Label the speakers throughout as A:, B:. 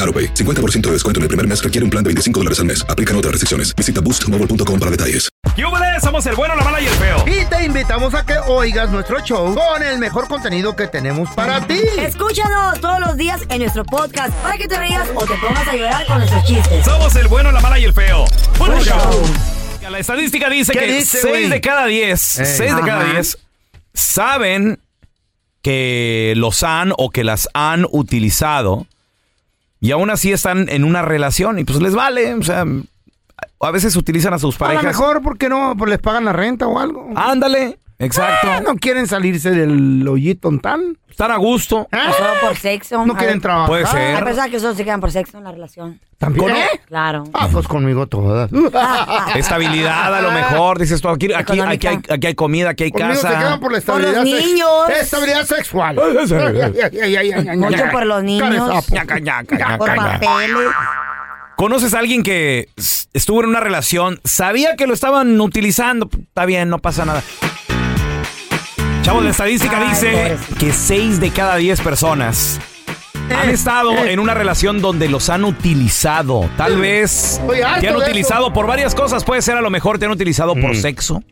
A: AroPay. 50% de descuento en el primer mes requiere un plan de 25 dólares al mes. Aplican otras restricciones. Visita boostmobile.com para detalles.
B: ¡Yúbales! Somos el bueno, la mala y el feo.
C: Y te invitamos a que oigas nuestro show con el mejor contenido que tenemos para ti.
D: Escúchanos todos los días en nuestro podcast para que te rías o te pongas a llorar con nuestros chistes.
B: Somos el bueno, la mala y el feo. ¡Puro show! La estadística dice
C: ¿Qué
B: que
C: dice,
B: 6
C: güey?
B: de cada 10,
C: Ey.
B: 6 de cada
D: Ajá.
B: 10 saben que los han o que las han utilizado y aún así están en una relación y pues les vale, o sea, a veces utilizan a sus
C: A lo
B: parejas.
C: mejor porque no pues les pagan la renta o algo.
B: Ándale, exacto.
C: No quieren salirse del hoyito tal.
B: Están a gusto.
D: O solo por sexo.
C: ¿Eh? No
D: A
C: quieren
D: ver,
C: trabajar.
B: Puede ser.
D: Hay personas que solo se quedan por sexo en la relación.
C: ¿También? ¿Eh?
D: Claro.
C: Ah, pues conmigo todas.
B: Estabilidad a lo mejor, dices tú, aquí, aquí, aquí hay, aquí hay comida, aquí hay
C: Conmigo se
B: casa.
C: quedan por la
D: Por los
C: estabilidad sex-
D: niños.
C: Estabilidad sexual.
D: Mucho por los niños.
C: Cara de sapo.
B: Ñaca, ñaca, ñaca,
D: Por
B: ñaca.
D: papeles.
B: ¿Conoces a alguien que s- estuvo en una relación, sabía que lo estaban utilizando? p- Está bien, no pasa nada. Chavos, la estadística
D: Ay,
B: dice
D: pobrecito.
B: que 6 de cada 10 personas han
C: Eh,
B: estado
C: eh.
B: en una relación donde los han utilizado. Tal vez
C: Estoy harto
B: te han
C: de ah, eso.
B: utilizado por varias cosas. Puede ser a lo mejor te han utilizado por sexo.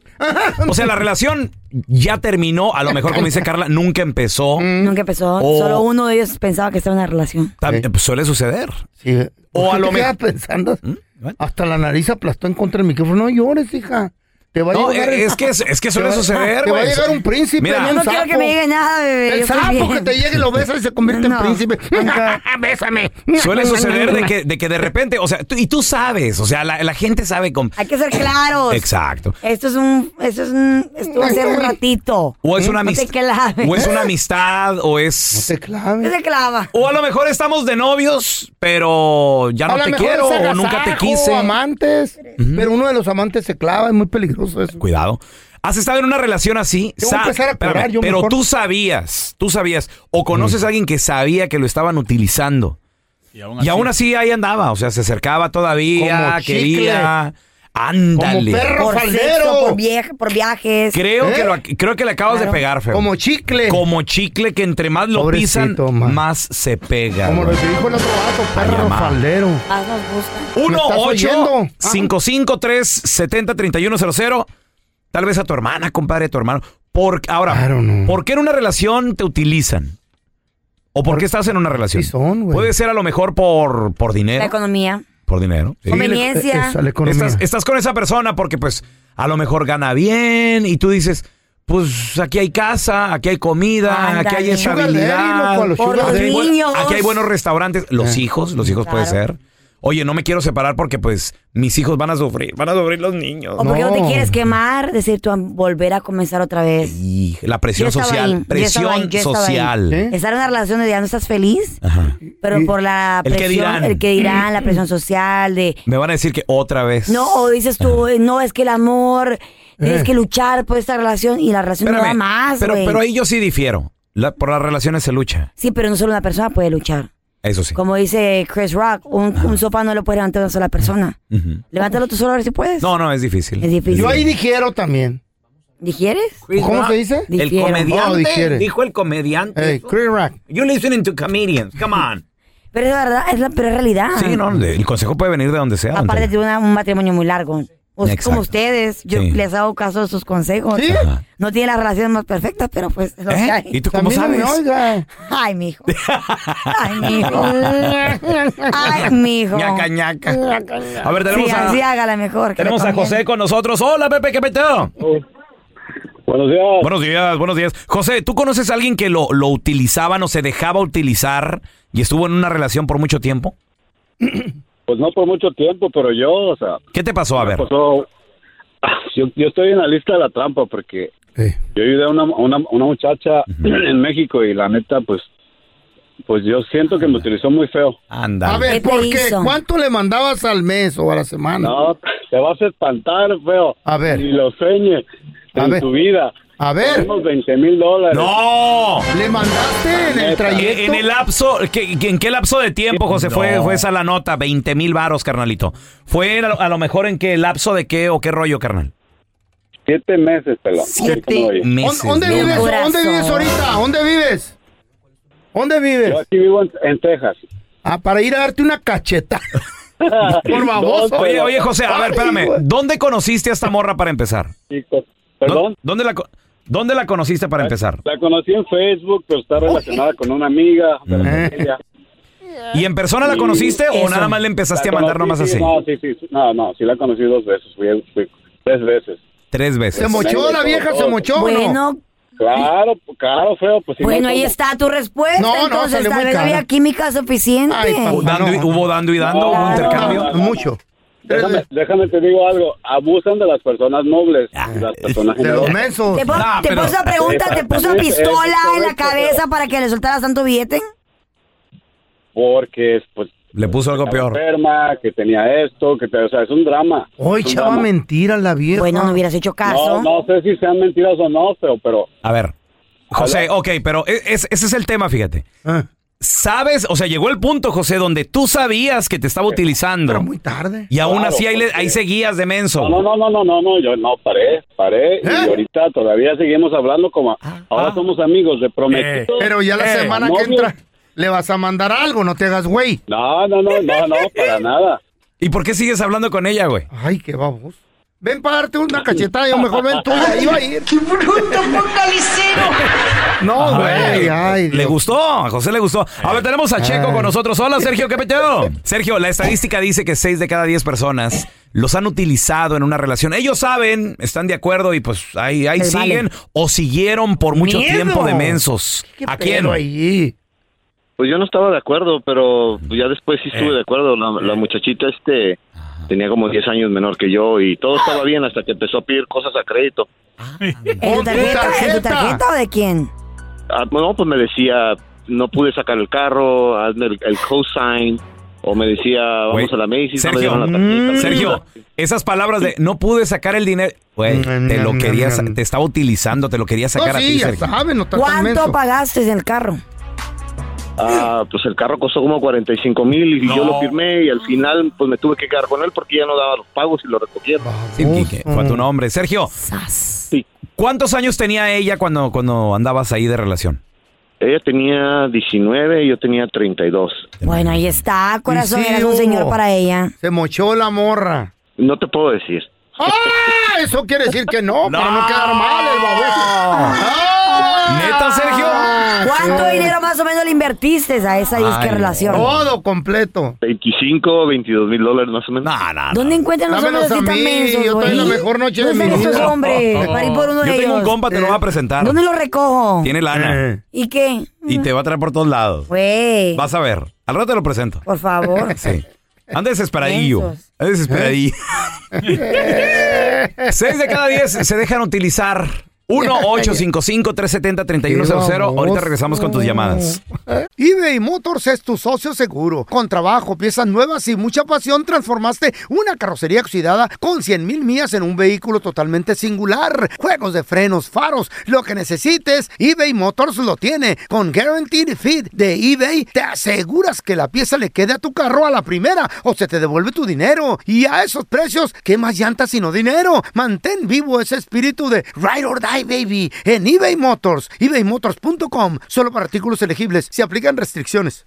B: O sea, la relación ya terminó. A lo mejor, como dice Carla, nunca empezó.
C: Mm.
D: Nunca empezó.
C: Oh.
B: O-
D: Solo uno de ellos pensaba que estaba en una relación.
B: Tam- pues, Suele suceder.
C: Sí.
B: O a
C: ¿Qué
B: lo
C: te
B: mejor-
C: quedas pensando?
B: ¿What?
C: ¿Mm? Hasta la nariz aplastó en contra del micrófono. No llores, hija. Te va a
B: No,
C: llegar
B: eh,
C: el-
B: es que, es que
C: te
B: suele
C: va-
B: suceder,
C: Te va a
B: güey.
C: llegar un príncipe.
B: Mira.
C: ni
D: Yo
C: un
D: no quiero
C: Ah, sapo.
D: que me llegue nada, bebé.
C: El
D: yo soy
C: sapo
D: bien.
C: que te llegue y lo besas y se convierte en
D: No.
C: príncipe. Bésame.
B: Suele suceder de que, de que de repente, o sea, tú- y tú sabes, o sea, la, la gente sabe con...
D: Hay que ser claros.
B: Exacto.
D: Esto es un, esto es un, esto va a ser un ratito.
B: O es una
D: No te
B: amistad.
D: claves.
B: o es una amistad, o es...
C: Se
D: No
C: clave.
D: se clava.
B: O a lo mejor estamos de novios, pero ya
C: A
B: Ah, no
C: lo
B: te
C: mejor
B: quiero,
C: es
B: o nunca te
C: agasajo,
B: quise.
C: amantes, pero uno de los amantes se clava, es muy peligroso eso.
B: Cuidado. ¿Has estado en una relación así?
C: Yo voy a
B: Sa-
C: empezar a cobrar,
B: espérame,
C: yo
B: pero
C: mejor. Mm.
B: tú sabías, tú sabías, o conoces a alguien que sabía que lo estaban utilizando. Y aún así, ahí andaba, o sea, se acercaba todavía,
C: Como chicle.
B: quería. Ándale.
C: Como perro.
D: Por
C: Faldero.
D: sexo, por, viaje, por viajes.
B: Creo,
C: ¿Eh?
B: que lo- creo que le acabas
D: Claro.
B: de pegar, Feo.
C: Como chicle.
B: Como chicle que entre más lo
C: Pobrecito,
B: pisan,
C: man.
B: más se pega.
C: Como lo
B: güey.
C: que dijo el otro vato,
B: Ay,
C: perro
B: mamá.
C: faldero.
D: Más nos gusta.
C: ¿Me
B: 1
C: estás
B: 8
C: oyendo?
B: 553 70 31 00 Tal vez a tu hermana, compadre, a tu hermano. Por, ahora,
C: I don't know.
B: ¿por qué en una relación te utilizan? ¿O por,
C: Por-
B: qué estás en una relación?
C: Sí son, güey.
B: Puede ser a lo mejor por, por dinero.
D: La economía.
B: Por dinero. sí.
D: Come-
C: Sí, le-
D: Conveniencia.
C: esa, la economía.
B: Estás, estás con esa persona porque, pues, a lo mejor gana bien y tú dices, pues, aquí hay casa, aquí hay comida,
D: Ándale.
B: aquí hay
C: Sugar daddy,
B: estabilidad.
C: loco, a los sugar
D: Por los
B: Aquí hay
C: daddy.
B: bu-
D: niños.
B: Aquí hay buenos restaurantes.
C: Eh.
B: Los hijos, los hijos puede
D: Claro.
B: ser. Oye, no me quiero separar porque pues mis hijos van a sufrir, van a sufrir los niños.
D: O porque no.
C: No.
D: te quieres quemar, decir tú volver a comenzar otra vez.
B: Y la presión
D: Yo estaba
B: social,
D: ahí, yo
B: presión
D: estaba ahí, yo estaba ahí.
B: social.
C: ¿Eh?
D: Estar en una relación donde ya no estás feliz,
B: Ajá.
D: pero
C: Y-
D: por la
B: El que
D: presión,
B: dirán.
D: el que dirán, la presión social de
B: Me van a decir que otra vez.
D: no, o dices tú, eh, no, es que el amor, tienes que luchar por esta relación y la relación
B: Eh. Espérame,
D: no va más,
B: pero,
D: güey.
B: pero ahí yo sí difiero. La- por las relaciones se lucha.
D: Sí, pero no solo una persona puede luchar.
B: Eso sí.
D: Como dice Chris Rock, un, un sopa no lo puede levantar una sola persona.
B: Ujú.
D: Levántalo tú solo a ver si puedes.
B: No, no, es difícil.
D: Es difícil.
C: Yo ahí digiero también.
D: ¿Digieres?
C: ¿Cómo se dice?
B: El
D: Difiero.
C: Oh,
B: comediante.
C: difiere.
B: dijo el comediante.
C: Hey, Chris Rock.
B: You listening to comedians. Come on.
D: Pero es la verdad, es la, pero es realidad.
B: Sí, no, de- el consejo puede venir de donde sea. don
D: Aparte
B: Tela.
D: tiene una- un matrimonio muy largo. O-
B: Exacto.
D: como ustedes, yo
B: Sí.
D: les hago caso de sus consejos.
C: ¿Sí?
B: Ajá.
D: No tiene las relaciones más perfectas, pero pues es lo que
B: ¿Eh?
D: hay.
B: ¿Y tú cómo
C: También
B: sabes?
C: no me oiga.
D: Ay, mijo. Ay, mijo. Ay, mijo.
B: Ñaca, ñaca. A ver, tenemos
D: Sí,
B: a,
D: así hágala mejor. que
B: tenemos
D: le
B: a
D: conviene.
B: José con nosotros. Hola, Pepe, ¿qué peteo?
E: Buenos días.
B: Buenos días, buenos días. José, ¿tú conoces a alguien que lo, lo utilizaban o se dejaba utilizar y estuvo en una relación por mucho tiempo?
E: Pues no por mucho tiempo, pero yo, o sea,
B: ¿Qué te pasó? A ver.
E: pues, oh, yo, yo estoy en la lista de la trampa porque
C: Eh,
E: yo ayudé a una, a una, a una muchacha en México y la neta, pues, pues yo siento que me utilizó muy feo.
C: A
B: Anda.
C: ver,
D: ¿Qué te
C: ¿por qué?
D: hizo?
C: ¿Cuánto le mandabas al mes o a la semana?
E: No, te vas a espantar, feo.
C: A ver.
E: Y lo sueñes
C: A
E: en
C: ver.
E: tu vida.
C: A ver,
E: Unos 20 mil dólares.
B: ¡No!
C: ¿le mandaste en el trayecto? Eh,
B: En el lapso, ¿qué- qué- ¿en qué lapso de tiempo, José, fue, fue esa la nota? 20 mil varos, carnalito. ¿Fue a lo, a lo mejor en qué lapso de qué o qué rollo, carnal?
E: Siete meses, pelón. ¿Cómo oye?
C: ¿Dónde-
B: meses.
C: ¿Dónde
B: no
C: vives?
B: manches.
D: Corazón.
C: ¿Dónde vives ahorita? ¿Dónde vives? ¿Dónde
E: Yo
C: vives?
E: aquí vivo en, en Texas.
C: Ah, para ir a darte una cacheta. Por baboso.
E: No,
B: Oye, oye, José, a ver,
C: Ay,
B: espérame.
C: güey.
B: ¿Dónde conociste a esta morra para empezar?
E: Chicos.
B: ¿Dó-
E: pues, ¿Perdón?
B: ¿Dónde la, co- ¿Dónde la conociste para empezar?
E: La conocí en Facebook, pero está relacionada con una amiga de la
C: Eh.
E: familia.
B: ¿Y en persona la
E: Sí.
B: conociste o
D: Eso.
B: nada más le empezaste a
E: La
B: mandar nomás
E: conocí, sí,
B: así?
E: No, sí, sí, sí. No, no, sí la conocí dos veces. Fui, fui tres veces.
B: Tres
C: ¿Se
B: veces.
C: mochó la vieja? ¿Se mochó o no?
D: Bueno,
E: Claro, pues, claro, feo. Pues, si
D: bueno,
E: no,
D: ahí
E: ¿cómo?
D: está tu respuesta.
C: No, no,
D: Entonces,
C: salió muy
D: tal vez
C: cara.
D: había química suficiente.
C: Ay, papá.
B: Dando y-
C: Ah, No.
B: ¿Hubo dando y dando? ¿Hubo
D: No,
B: intercambio?
E: no, no.
C: Mucho.
E: Déjame, déjame te digo algo. Abusan de las personas nobles.
B: Ah,
E: de las personas
C: De los
B: eh,
E: generosas.
C: mensos.
D: ¿Te, pon-
B: No,
D: te
B: pero-
D: puso la pregunta?
E: Eh,
D: ¿Te puso
E: Es- es
D: pistola en la
E: correcto,
D: cabeza para que le soltaras tanto billete?
E: Porque, pues,
B: Le puso algo
E: estaba
B: peor.
E: enferma, que tenía esto, que te, o sea, es un drama.
C: Hoy
B: pues,
E: Es un
C: chava
E: drama.
C: mentira la vieja.
D: Bueno, no hubieras hecho caso.
E: No, no sé si sean mentiras o no, pero, pero
B: A ver. José, ok, pero e- es- ese es el tema, fíjate.
C: Ah,
B: Sabes, o sea, llegó el punto, José, donde tú sabías que te estaba utilizando.
C: pero muy tarde.
B: Y aún
E: Claro,
B: así ahí, le-
E: porque-
B: ahí seguías de menso.
E: No, no, no, no, no, no, yo no paré, paré
C: ¿Eh?
E: y ahorita todavía seguimos hablando como ahora
B: ah.
E: somos amigos de prometido.
C: Pero ya la
B: Eh,
C: semana que
E: novio.
C: entra le vas a mandar algo, no te hagas güey.
E: No, no, no, no, no, para nada.
B: ¿Y por qué sigues hablando con ella, güey?
C: Ay, qué babos. Ven para darte una cachetada, yo mejor ven tú, ya iba a ir. No, güey, ay.
B: Ah, Le
C: Dios.
B: gustó, a José le gustó. A ver, tenemos a Checo
C: Ay.
B: con nosotros. Hola, Sergio, ¿qué peteo? Sergio, la estadística dice que 6 de cada 10 personas los han utilizado en una relación. Ellos saben, están de acuerdo y pues ahí, ahí
D: Les vale.
B: siguen o siguieron por mucho
C: Miedo.
B: tiempo de mensos.
C: ¿Qué
B: ¿A
C: pedo
B: quién?
C: ahí?
F: Pues yo no estaba de acuerdo, pero ya después sí estuve
B: Eh.
F: de acuerdo. La, la muchachita este tenía como 10 años menor que yo y todo estaba bien hasta que empezó a pedir cosas a crédito.
D: ¿En tu
C: Con tu
D: tarjeta? ¿En
C: tarjeta.
D: tu tarjeta o de quién?
F: Ah, no, pues me decía, no pude sacar el carro, hazme el, el cosign. O me decía, vamos
B: Güey,
F: a la Macy's, no me
B: Sergio, mm,
F: dieron la tarjeta.
B: Sergio, esas palabras de no pude sacar el dinero. Güey,
C: Mm,
B: te lo
C: mm,
B: querías,
C: mm.
B: te estaba utilizando, te lo quería
C: No,
B: sacar a
C: sí,
B: ti,
C: ya
B: Sergio.
C: saben, no está tan menso.
D: ¿Cuánto pagaste en el carro?
F: Ah, pues el carro costó como 45 mil y
B: No.
F: yo lo firmé y al final pues me tuve que quedar con él porque ya no daba los pagos y lo recogieron.
B: Sí, que- que fue
C: mm.
B: a tu nombre. Sergio,
D: Sas.
B: ¿cuántos años tenía ella cuando, cuando andabas ahí de relación?
F: Ella tenía 19 y yo tenía 32.
D: Bueno, ahí está, corazón,
C: Y sí
D: eras un
C: hubo.
D: señor para ella.
C: Se mochó la morra.
F: No te puedo decir.
C: ¡Ah! Eso quiere decir que no, para no quedar mal el
D: ¡Oh!
C: baboso. ¡Ah!
B: ¿Neta, Sergio?
D: ¿Cuánto
C: sí.
D: dinero más o menos le invertiste a esa disque
B: Ay,
D: relación?
C: Todo completo.
F: 25, 22 mil dólares más o menos.
B: No, no, no.
D: ¿Dónde encuentran los
C: Dámelos
D: hombres así
C: a
D: tan
C: mí,
D: mensos,
C: yo
D: güey?
C: estoy en la mejor noche de
D: ¿Dónde
C: mi
D: están esos
C: vida.
D: hombres? Para ir por uno
B: Yo
D: de ellos. Eh,
B: tengo un compa, te lo voy a presentar.
D: ¿Dónde los recojo?
B: Tiene lana.
C: Eh.
D: ¿Y qué?
B: Y te va a traer por todos lados.
D: Güey,
B: Vas a ver. Al rato te lo presento.
D: por favor.
B: Sí. Anda desesperadillo.
D: Mensos.
B: Anda desesperadillo. Seis de cada diez se dejan utilizar 1-855-370-3100. Ahorita regresamos con tus llamadas.
C: eBay Motors es tu socio seguro. Con trabajo, piezas nuevas y mucha pasión, transformaste una carrocería oxidada con 100 mil millas en un vehículo totalmente singular. Juegos de frenos, faros, lo que necesites, eBay Motors lo tiene. Con Guaranteed Fit de eBay, te aseguras que la pieza le quede a tu carro a la primera o se te devuelve tu dinero. Y a esos precios, ¿qué más llantas sino dinero? Mantén vivo ese espíritu de Ride or Die, baby, en eBay Motors. ebaymotors.com. Solo para artículos elegibles. Se aplican restricciones.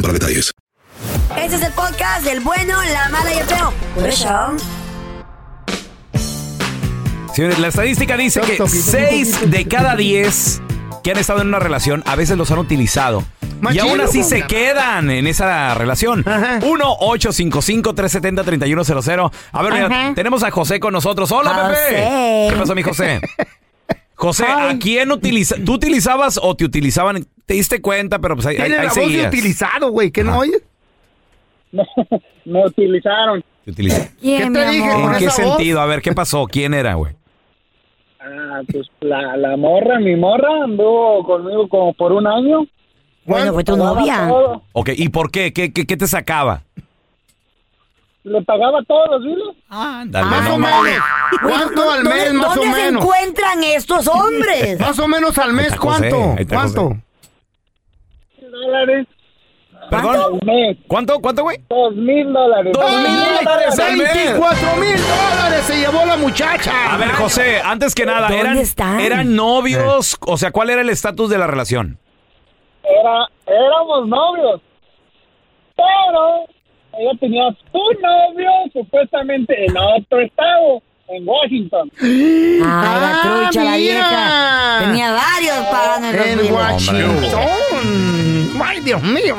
A: para detalles.
D: Este es el podcast del bueno, la mala y el feo. Por eso.
B: Señores, la estadística dice que 6 de cada 10 que han estado en una relación a veces los han utilizado. Y
C: Machino.
B: aún así se quedan en esa relación. 1-855-370-3100. A ver, mira,
D: Ajá.
B: tenemos a José con nosotros. Hola, Pepe.
D: José.
B: ¿Qué pasó, mi José? José, ¿a quién utiliza, tú utilizabas o te utilizaban? Te diste cuenta, pero pues ahí, ahí,
C: Tiene
B: ahí
C: la voz de
B: seguías.
C: utilizado, güey. ¿Qué no
B: Ajá.
C: oyes?
G: Me utilizaron.
B: Te utiliza-
C: ¿Qué
D: ¿Quién,
C: te
D: mi
C: dije?
D: amor?
B: ¿En
C: Con
B: qué
C: esa voz.
B: sentido? A ver, ¿qué pasó? ¿Quién era, güey?
G: Ah, pues la, la morra, mi morra, anduvo conmigo como por un año.
D: Bueno, pues, fue tu
G: Pagaba
D: novia.
G: todo,
B: Ok, ¿y por qué? ¿Qué, qué, qué te sacaba?
G: le pagaba todos los biles.
B: Dale,
D: Ah,
C: Más
B: no
C: o
B: mames.
C: menos. ¿Cuánto al
D: ¿Dónde-
C: mes, más o
D: ¿Dónde se
C: menos?
D: encuentran estos hombres?
C: Más o menos al mes,
B: está José,
C: ¿cuánto?
B: ahí está José.
C: ¿Cuánto?
G: dólares
B: ¿Perdón?
G: al mes.
B: ¿Cuánto? ¿Cuánto, güey?
G: Dos mil dólares.
B: Dos
G: Dos
B: mil dólares al mes.
C: ¡24 mil dólares se llevó la muchacha!
B: A ver, José, antes que nada,
D: ¿Dónde
B: eran,
D: están?
B: eran novios,
C: Eh.
B: o sea, ¿cuál era el estatus de la relación?
G: Era, éramos novios. Pero ella tenía su novio supuestamente en otro estado, en Washington.
D: Ay, la Ah, trucha, la
C: Ah, mira.
D: vieja. Tenía varios pagando en los
C: El
D: biles.
C: guachitón. ¡Ay, Dios mío!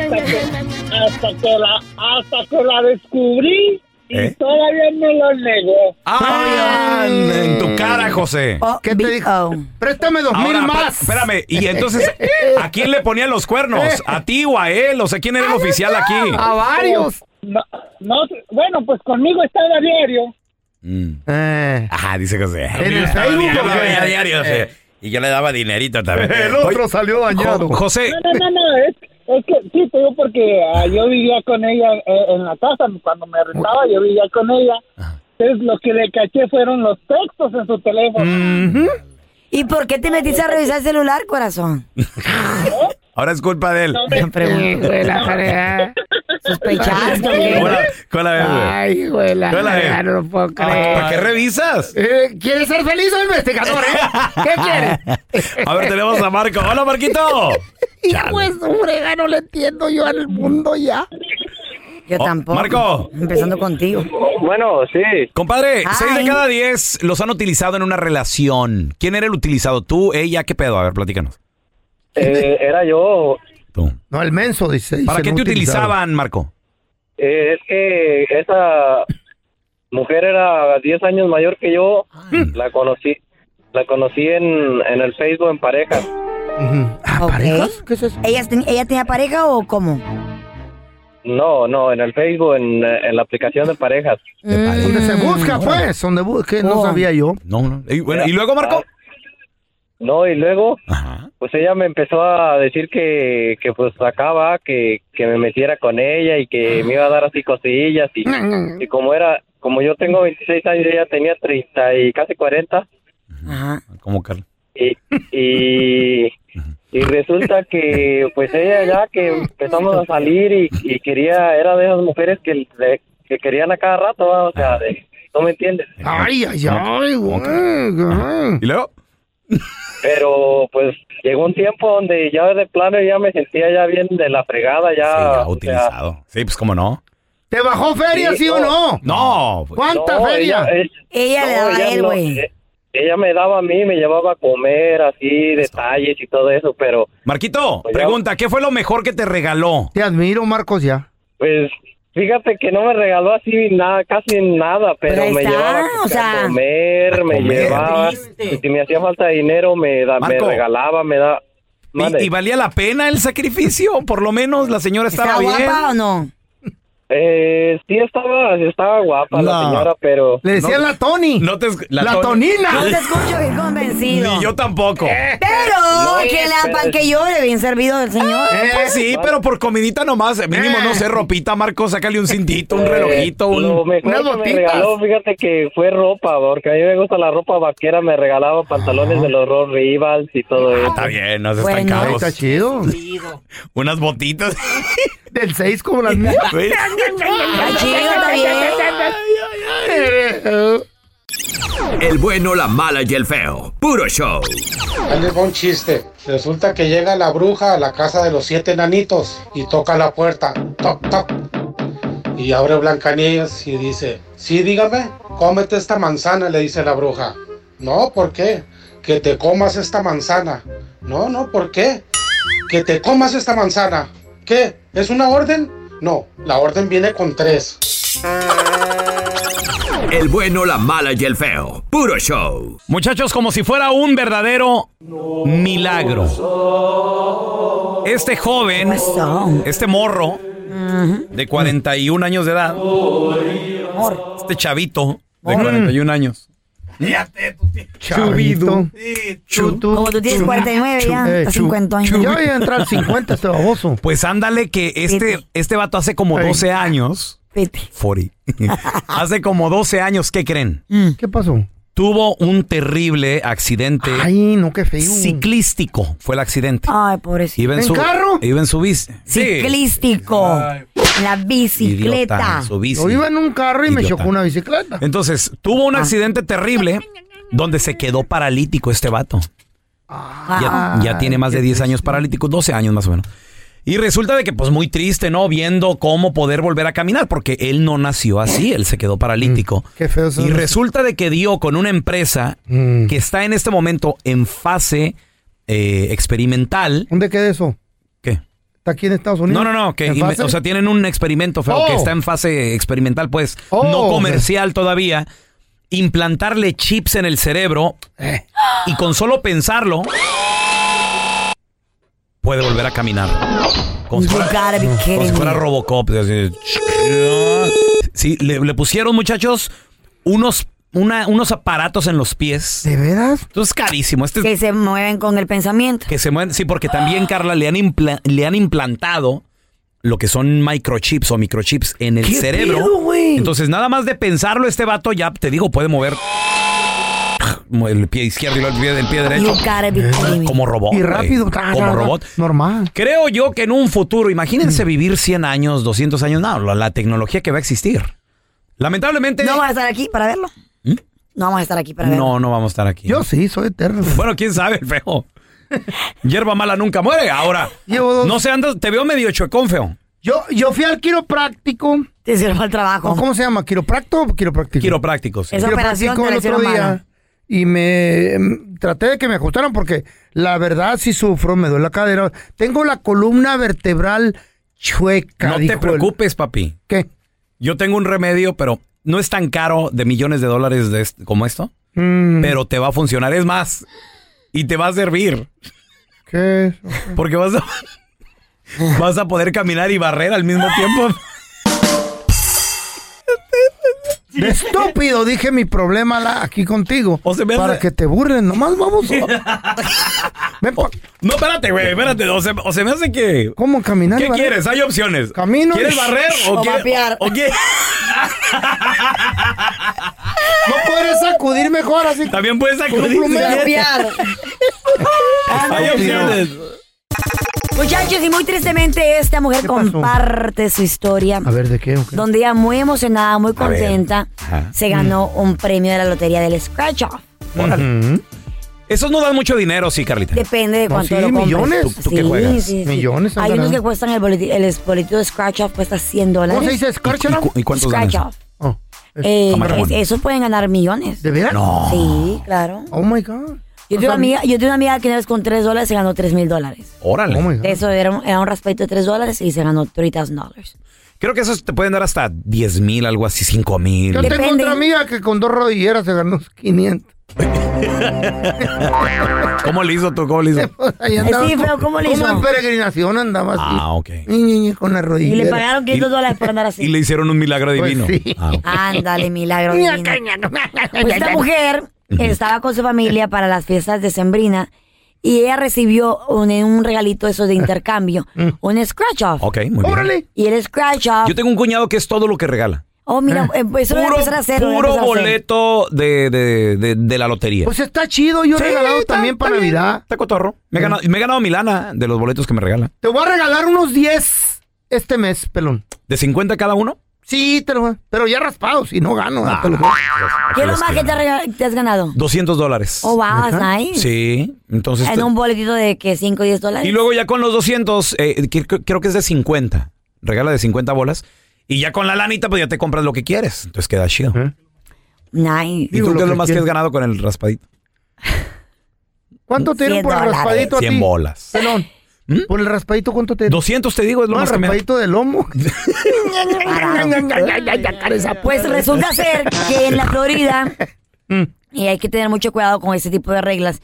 G: Hasta que la, hasta que la descubrí y
B: ¿Eh?
G: todavía me lo negó.
B: ¡Ay! En tu cara, José.
D: Oh,
C: ¿Qué te
D: vi- oh.
C: dijo? Préstame Eh. dos
B: Ahora,
C: mil
B: espera-
C: más.
B: espérame, y entonces, ¿a quién le ponían los cuernos? ¿A ti o a él? O sea, ¿quién
C: Ah,
B: era el oficial aquí?
C: A varios.
G: No, no, bueno, pues conmigo estaba diario.
B: Mm.
C: Eh,
B: Ajá, dice José.
C: En el Facebook,
B: Yo la
C: ¿o qué?
B: veía a diario, José. Y yo le daba dinerito también.
C: el otro salió dañado.
B: Jo- José,
G: No, no, no, no, es, es que sí, te digo porque ah, yo vivía con ella eh, en la casa, cuando me rentaba yo vivía con ella. Entonces lo que le caché fueron los textos en su teléfono.
C: Mm,
D: ¿Y por qué te metiste a revisar el celular, corazón?
B: ahora es culpa de él.
D: Te pregunto.
C: Hijo de la jarea.
D: Pues Sospechaste,
B: ¿Cuál
D: ¿ok?
B: la- ¿Cuál la ves, güey?
C: Ay, hijo de la
B: Yo la
C: jarea,
B: veo.
C: no lo puedo
B: ¿Para para qué
C: creer.
B: revisas?
C: Eh, ¿Quieres ser feliz o investigador, eh? ¿Qué quieres?
B: A ver, tenemos a Marco. Hola, Marquito.
C: Hijo de su brega, no le entiendo yo al mundo ya.
D: Yo
B: Oh,
D: tampoco.
B: Marco.
D: Empezando contigo.
G: Bueno, sí,
B: Compadre,
D: Ay.
B: 6 de cada 10 los han utilizado en una relación. ¿Quién era el utilizado? ¿Tú, ella? ¿Qué pedo? A ver, platícanos.
G: eh, era yo.
B: Tú.
C: No, el menso dice.
B: ¿Para
C: dice,
B: qué
C: no
B: te
C: utilizaron.
B: utilizaban, Marco?
G: eh, es que esa mujer era 10 años mayor que yo.
C: Mm.
G: La conocí la conocí en, en el Facebook en pareja.
C: Ujú. Ah,
D: Ok.
C: ¿parejas? ¿Qué es eso?
D: ¿Ella, ten- ¿Ella tenía pareja o cómo?
G: No, no, en el Facebook, en, en la aplicación de parejas.
B: De
D: Mm.
B: pareja.
C: Donde se busca, pues. Donde bu- que no
D: Oh.
C: sabía yo.
B: No, no. Y, bueno, ¿y luego, Marco?
G: No, y luego
B: Ajá.
G: pues ella me empezó a decir que, que pues sacaba, que, que me metiera con ella y que me iba a dar así cosillas y, y como era, como yo tengo 26 años y ella tenía 30 y casi 40,
D: Ajá.
B: Como Carla.
G: Y, y, y resulta que, pues ella ya que empezamos a salir y, y quería, era de esas mujeres que, de- que querían a cada rato, ¿va? o sea, de- ¿no me entiendes?
C: Ay, ay, ay, Mm, Ah. güey.
B: ¿Y luego?
G: Pero pues llegó un tiempo donde ya de plano ya me sentía ya bien de la fregada,
B: Sí,
G: Ah, ya.
B: ya
G: o sea,
B: utilizado. Sí, pues cómo no.
C: ¿Te bajó feria, sí,
G: Sí,
C: o no?
B: No, pues,
C: ¿Cuánta
G: no,
C: feria?
G: ella- eh,
D: Ella le
G: no,
D: daba a
G: ella
D: él,
G: no,
D: güey.
G: eh, Ella me daba a mí, me llevaba a comer, así, detalles y todo eso, pero
B: Marquito,
G: Pues ya-
B: pregunta, ¿qué fue lo mejor que te regaló?
C: Te admiro, Marcos, ya.
G: Pues fíjate que no me regaló así nada, casi nada, pero
D: Pero ahí
G: me
D: está,
G: llevaba
D: o
G: a
D: sea.
G: comer,
B: A
G: me
B: comer.
G: llevaba,
D: Triste.
G: si me hacía falta dinero me, da, me
B: Marco.
G: regalaba, me da... Mande.
B: ¿Y, y valía la pena el sacrificio? Por lo menos la señora estaba
D: ¿Está
B: bien.
D: guapa o no?
G: Eh, sí estaba, sí estaba guapa la
B: No.
G: señora, pero...
C: Le decían la Tony.
B: No te esc-
C: la,
B: Tony-
C: Tonina.
D: No te escucho bien convencido.
B: Ni yo tampoco.
D: Pero
G: No,
D: que la
G: pero-
D: pan que llore, bien servido del señor.
B: Pues sí, pero por comidita nomás, mínimo, no sé, ropita, Marco, sácale un cintito, un
G: eh,
B: relojito,
G: lo
B: un...
G: mejor
C: unas
G: que me
C: botitas.
G: regaló, fíjate que fue ropa, porque a mí me gusta la ropa vaquera, me regalaba pantalones de los Ross Rivals y todo eso.
B: Está bien, no se están
D: Bueno.
B: caros.
C: Está chido.
B: Unas botitas.
C: Del 6 como las mías.
B: Güey.
D: Está chido, está bien.
C: Eh,
H: El bueno, la mala y el feo. Puro show.
I: Ahí les va un chiste. Resulta que llega la bruja a la casa de los siete nanitos y toca la puerta. Toc, toc. Y abre Blancanieves y dice: Sí, dígame, cómete esta manzana, le dice la bruja. No, ¿por qué? Que te comas esta manzana. No, no, ¿por qué? Que te comas esta manzana. ¿Qué? ¿Es una orden? No, la orden viene con tres.
H: El bueno, la mala y el feo. Puro show.
B: Muchachos, como si fuera un verdadero milagro. Este joven,
D: Pasó.
B: este morro de 41 años de edad,
D: Amor.
B: este chavito de 41 años.
C: Chavito.
D: Como tú tienes 49 ya,
C: Eh,
D: a
C: chu-
D: 50 años.
C: chu- Ya voy a entrar al 50 este baboso.
B: Pues ándale que este,
D: Vete.
B: este vato hace como
C: Ey.
B: 12 años.
D: Vete.
B: 40. hace como 12 años, ¿qué creen?
C: ¿Qué pasó?
B: Tuvo un terrible accidente
C: Ay, no, qué feo.
B: ciclístico. Fue el accidente.
D: Ay, pobrecito.
B: Iba
C: ¿En
B: su
C: carro?
B: Iba en su bici.
D: Ciclístico. La
B: Sí, idiota,
D: bicicleta.
B: en su bici.
C: Yo iba en un Ah. carro y me
B: Idiota.
C: chocó una bicicleta.
B: Entonces, tuvo un accidente terrible donde se quedó paralítico este vato. Ya,
D: Ah,
B: ya tiene más de 10 años paralítico, 12 años más o menos. Y resulta de que, pues, muy triste, ¿no? Viendo cómo poder volver a caminar, porque él no nació así, él se quedó paralítico.
C: Qué feo Mm. eso.
B: Y resulta de que dio con una empresa
C: Mm.
B: que está en este momento en fase eh, experimental.
C: ¿Dónde queda eso?
B: ¿Qué?
C: ¿Está aquí en Estados Unidos?
B: No, no, no, que
C: ¿En
B: inve-
C: fase?
B: o sea, tienen un experimento feo que
C: Oh.
B: está en fase experimental, pues,
C: Oh,
B: no
C: ok.
B: comercial todavía. Implantarle chips en el cerebro
C: Eh,
B: y con solo pensarlo puede volver a caminar. Como si
D: You
B: fuera,
D: gotta be kidding
B: como si fuera
D: me.
B: Robocop. así. Sí, le, le pusieron, muchachos, unos, una- unos aparatos en los pies.
C: ¿De veras?
B: Esto es carísimo. Este
D: Que se mueven con el pensamiento.
B: que se mueven. Sí, porque también, Carla, le han, impla- le han implantado lo que son microchips o microchips en el
C: ¿Qué
B: cerebro.
C: pedo, güey?
B: Entonces, nada más de pensarlo, este vato ya, te digo, puede mover el pie izquierdo y luego el pie, el pie
D: You
B: derecho.
D: gotta be kidding me.
B: Como robot.
C: y
B: güey.
C: rápido. ta, ta,
B: Como
C: ta.
B: robot.
C: Normal.
B: Creo yo que en un futuro, imagínense vivir 100 años, 200 años, no, la, la tecnología que va a existir. Lamentablemente,
D: ¿No vamos a estar aquí para verlo? No vamos a estar aquí para verlo.
B: ¿Mm? no, no vamos a estar aquí.
C: ¿eh? Yo sí, soy eterno.
B: Bueno, quién sabe, feo. Hierba mala nunca muere. Ahora,
C: Llevo dos-
B: no sé, andas, te veo medio chuecón, feo.
C: Yo, yo fui al quiropráctico.
D: Te sirve el trabajo.
C: ¿O ¿Cómo se llama? ¿Quiropráctico o quiropráctico?
B: Quiroprácticos.
D: Esa operación te
C: Quiropráctico
D: la
C: el otro
D: hicieron
C: día.
D: mala.
C: Y me mm, traté de que me ajustaran porque la verdad sí sufro, me duele la cadera. Tengo la columna vertebral chueca.
B: No
C: dijo
B: te
C: él.
B: preocupes, papi.
C: ¿Qué?
B: Yo tengo un remedio, pero no es tan caro de millones de dólares de est- como esto,
C: Mm,
B: pero te va a funcionar. Es más, y te va a servir,
C: ¿Qué? es?
B: porque vas a, vas a poder caminar y barrer al mismo tiempo.
C: De estúpido dije mi problema la- aquí contigo.
B: O se me hace-
C: Para que te burlen, nomás vamos. Ven pa-
B: No, espérate, güey, espérate. O se, o se me hace que...
C: ¿Cómo caminar?
B: ¿Qué
C: vale?
B: quieres? Hay opciones.
C: Camino.
B: ¿Quieres barrer o,
D: O
B: quieres...?
D: vapear.
B: o quieres-
C: No puedes sacudir sacudir mejor así.
B: También puedes
C: sacudir.
B: Hay opciones.
D: Muchachos, y muy tristemente esta mujer comparte su historia.
C: A ver, ¿de qué? o qué?
D: Donde ella muy emocionada, muy
C: A ver.
D: contenta,
C: Ajá.
D: se ganó
B: Mm.
D: un premio de la lotería del Scratch Off.
B: Órale. Esos no dan mucho dinero, sí, Carlita.
D: Depende de
B: No,
D: cuánto
B: sí,
D: lo compres.
B: millones. ¿Tú- tú qué juegas? Millones
D: Hay
B: andarán.
D: unos que cuestan el boletito, el es- boletito de Scratch Off cuesta 100 dólares.
C: ¿Cómo se dice Scratch Off? ¿Y cu- y cuántos
D: Scratch
C: ganan?
D: Off. Eh,
C: camarón.
D: es- eso pueden ganar millones.
C: ¿De veras? No.
D: Sí, claro.
C: Oh my God.
D: Yo
C: O sea,
D: tengo, una amiga, yo tengo una amiga que una vez con 3 dólares se ganó 3 mil dólares.
C: Oh,
B: Órale.
D: De Eso era un, era un raspadito de 3 dólares y se ganó 3,000 dólares.
B: Creo que esos te pueden dar hasta 10 mil, algo así, 5 mil.
C: Yo tengo otra amiga que con dos rodilleras se ganó 500.
B: ¿Cómo le hizo tú? ¿Cómo le hizo?
C: Ahí andaba como- Como en peregrinación andaba así.
B: Ah, ok.
C: Ñi, Ñi, Ñi, con la rodillera.
D: Y le pagaron 500 dólares por andar
B: Y
D: así.
B: le hicieron un milagro divino. Ah, ok.
D: Ándale, milagro.
C: Mira,
D: divino. Pues esta mujer estaba con su familia para las fiestas de Sembrina y ella recibió un, un regalito eso de intercambio, un scratch off.
B: Ok, muy bien. Órale.
D: Y el scratch off.
B: Yo tengo un cuñado que es todo lo que regala.
D: Oh, mira, eh, pues eso lo voy a
C: Puro-
D: empezar a hacer. lo voy a
B: Puro
D: empezar a hacer.
B: boleto de, de, de, de la lotería.
C: Pues está chido, yo he regalado también para Navidad.
B: Está cotorro. Me he ganado, me he ganado Milana de los boletos que me regala.
C: Te voy a regalar unos 10 este mes, pelón.
B: ¿De 50 cada uno?
C: Sí, te lo voy a- Pero ya raspados y no gano.
B: Ah,
C: te lo juro.
D: ¿Qué es lo más que te, ha regal- te has ganado?
B: 200 Este, dólares.
D: Oh, Ah, wow, that's nice.
B: Sí, entonces...
D: En
B: te-
D: un boletito de que 5 o 10 dólares.
B: Y luego ya con los 200, eh, que- que- creo que es de 50. Regala de 50 bolas. Y ya con la lanita, pues ya te compras lo que quieres. Entonces queda chido.
D: Nice.
B: ¿Y tú qué es lo más que has ganado con el raspadito?
C: ¿Cuánto te dieron
D: 100
C: por el
D: dólares.
C: raspadito a ti?
B: 100 bolas.
C: Pelón. ¿Por el raspadito cuánto te
B: 200 te digo, es lo
C: No,
B: más que me-
C: raspadito de lomo.
D: Pues resulta ser que en la Florida,
B: Mm.
D: y hay que tener mucho cuidado con ese tipo de reglas,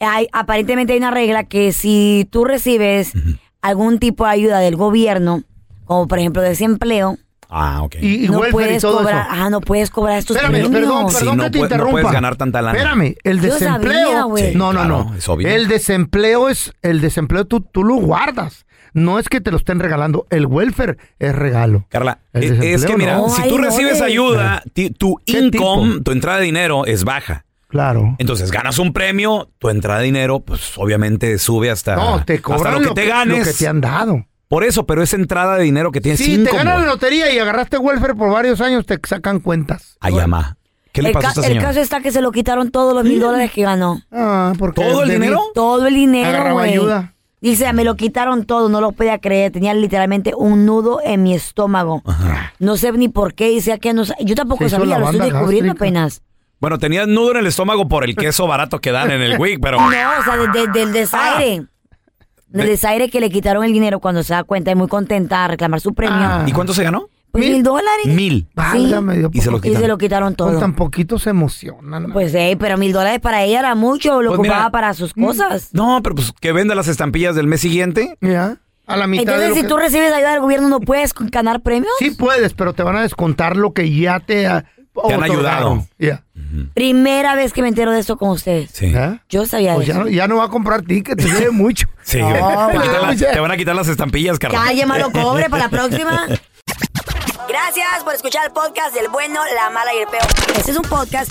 D: hay, aparentemente hay una regla que si tú recibes algún tipo de ayuda del gobierno, como por ejemplo desempleo,
B: Ah, ok.
D: no puedes cobrar, ajá, no puedes cobrar estos
C: Espérame,
D: premios.
C: perdón,
B: Sí,
C: perdón
B: no
C: que te
B: pue- no
C: interrumpa.
B: puedes ganar tanta lana.
C: Espérame, el
D: Yo sabía,
C: desempleo.
D: güey. Sí,
C: no, no,
B: claro,
C: no.
B: es obvio.
C: El desempleo es el desempleo tú, tú lo guardas. No es que te lo estén regalando, el welfare es regalo.
B: Carla, e-,
C: El
B: es, es que
C: desempleo,
B: mira,
C: no.
B: si
C: Ay,
B: tú
C: no,
B: recibes
C: güey.
B: ayuda, ti- tu
C: ¿Qué
B: income,
C: tipo?
B: tu entrada de dinero es baja.
C: Claro.
B: Entonces ganas un premio, tu entrada de dinero, pues obviamente sube hasta,
C: No, te
B: hasta
C: cobran
B: lo que te ganes.
C: lo que te han dado.
B: Por eso, pero esa entrada de dinero que tienes
C: Si
B: income,
C: te ganas la
B: güey.
C: lotería y agarraste welfare por varios años, te sacan cuentas.
B: Ay, ama. ¿Qué le
D: el,
B: pasó a
D: ca-
B: esta
D: el
B: señora?
D: caso está que se lo quitaron todos los mil dólares que ganó.
C: Ah, porque
B: ¿Todo el de mí- dinero?
D: Todo el dinero,
C: Agarraba
D: güey.
C: ayuda.
D: Dice, "Ah, me lo quitaron todo, no lo podía creer. Tenía literalmente un nudo en mi estómago.
B: Ah.
D: No sé ni por qué, dice "Ah, que no sé. Yo tampoco
B: Se hizo
D: sabía,
B: la
D: lo estoy
B: banda
D: descubriendo
B: gástrica.
D: apenas.
B: Bueno, tenías nudo en el estómago por el queso barato que dan en el WIC, pero.
D: No, o sea, de- de- del desaire.
B: Ah.
D: Del desaire que le quitaron el dinero cuando se da cuenta y muy contenta a reclamar su premio.
B: ¿Y cuánto se ganó?
D: Pues, mil dólares.
B: Mil.
C: Ah, Válgame Dios,
B: Y se lo
D: Y se
B: quitaron.
D: lo quitaron
C: Con
D: todo.
C: tan poquito se emocionan.
D: Pues, eh, pero mil dólares para ella era mucho, lo
B: Pues, mira.
D: ocupaba para sus cosas.
B: No, pero pues que venda las estampillas del mes siguiente.
C: Ya. A la mitad de
D: Entonces,
C: lo
D: si
C: que-
D: tú recibes ayuda del gobierno, ¿no puedes ganar premios?
C: Sí puedes, pero te van a descontar lo que ya te, ah,
B: Te han ayudado.
C: otorgaron. Ya.
D: Primera vez que me entero de esto con ustedes.
C: ¿Eh?
D: Yo sabía
C: Pues
D: de
C: ya,
D: eso.
C: no- ya no va a comprar tickets, te debe mucho.
B: Sí,
C: No,
B: güey. te,
C: güey.
B: quitan las- te van a quitar las estampillas, Carla.
D: Calle, malo cobre para la próxima. Gracias por escuchar el podcast del bueno, la mala y el peor. Este es un podcast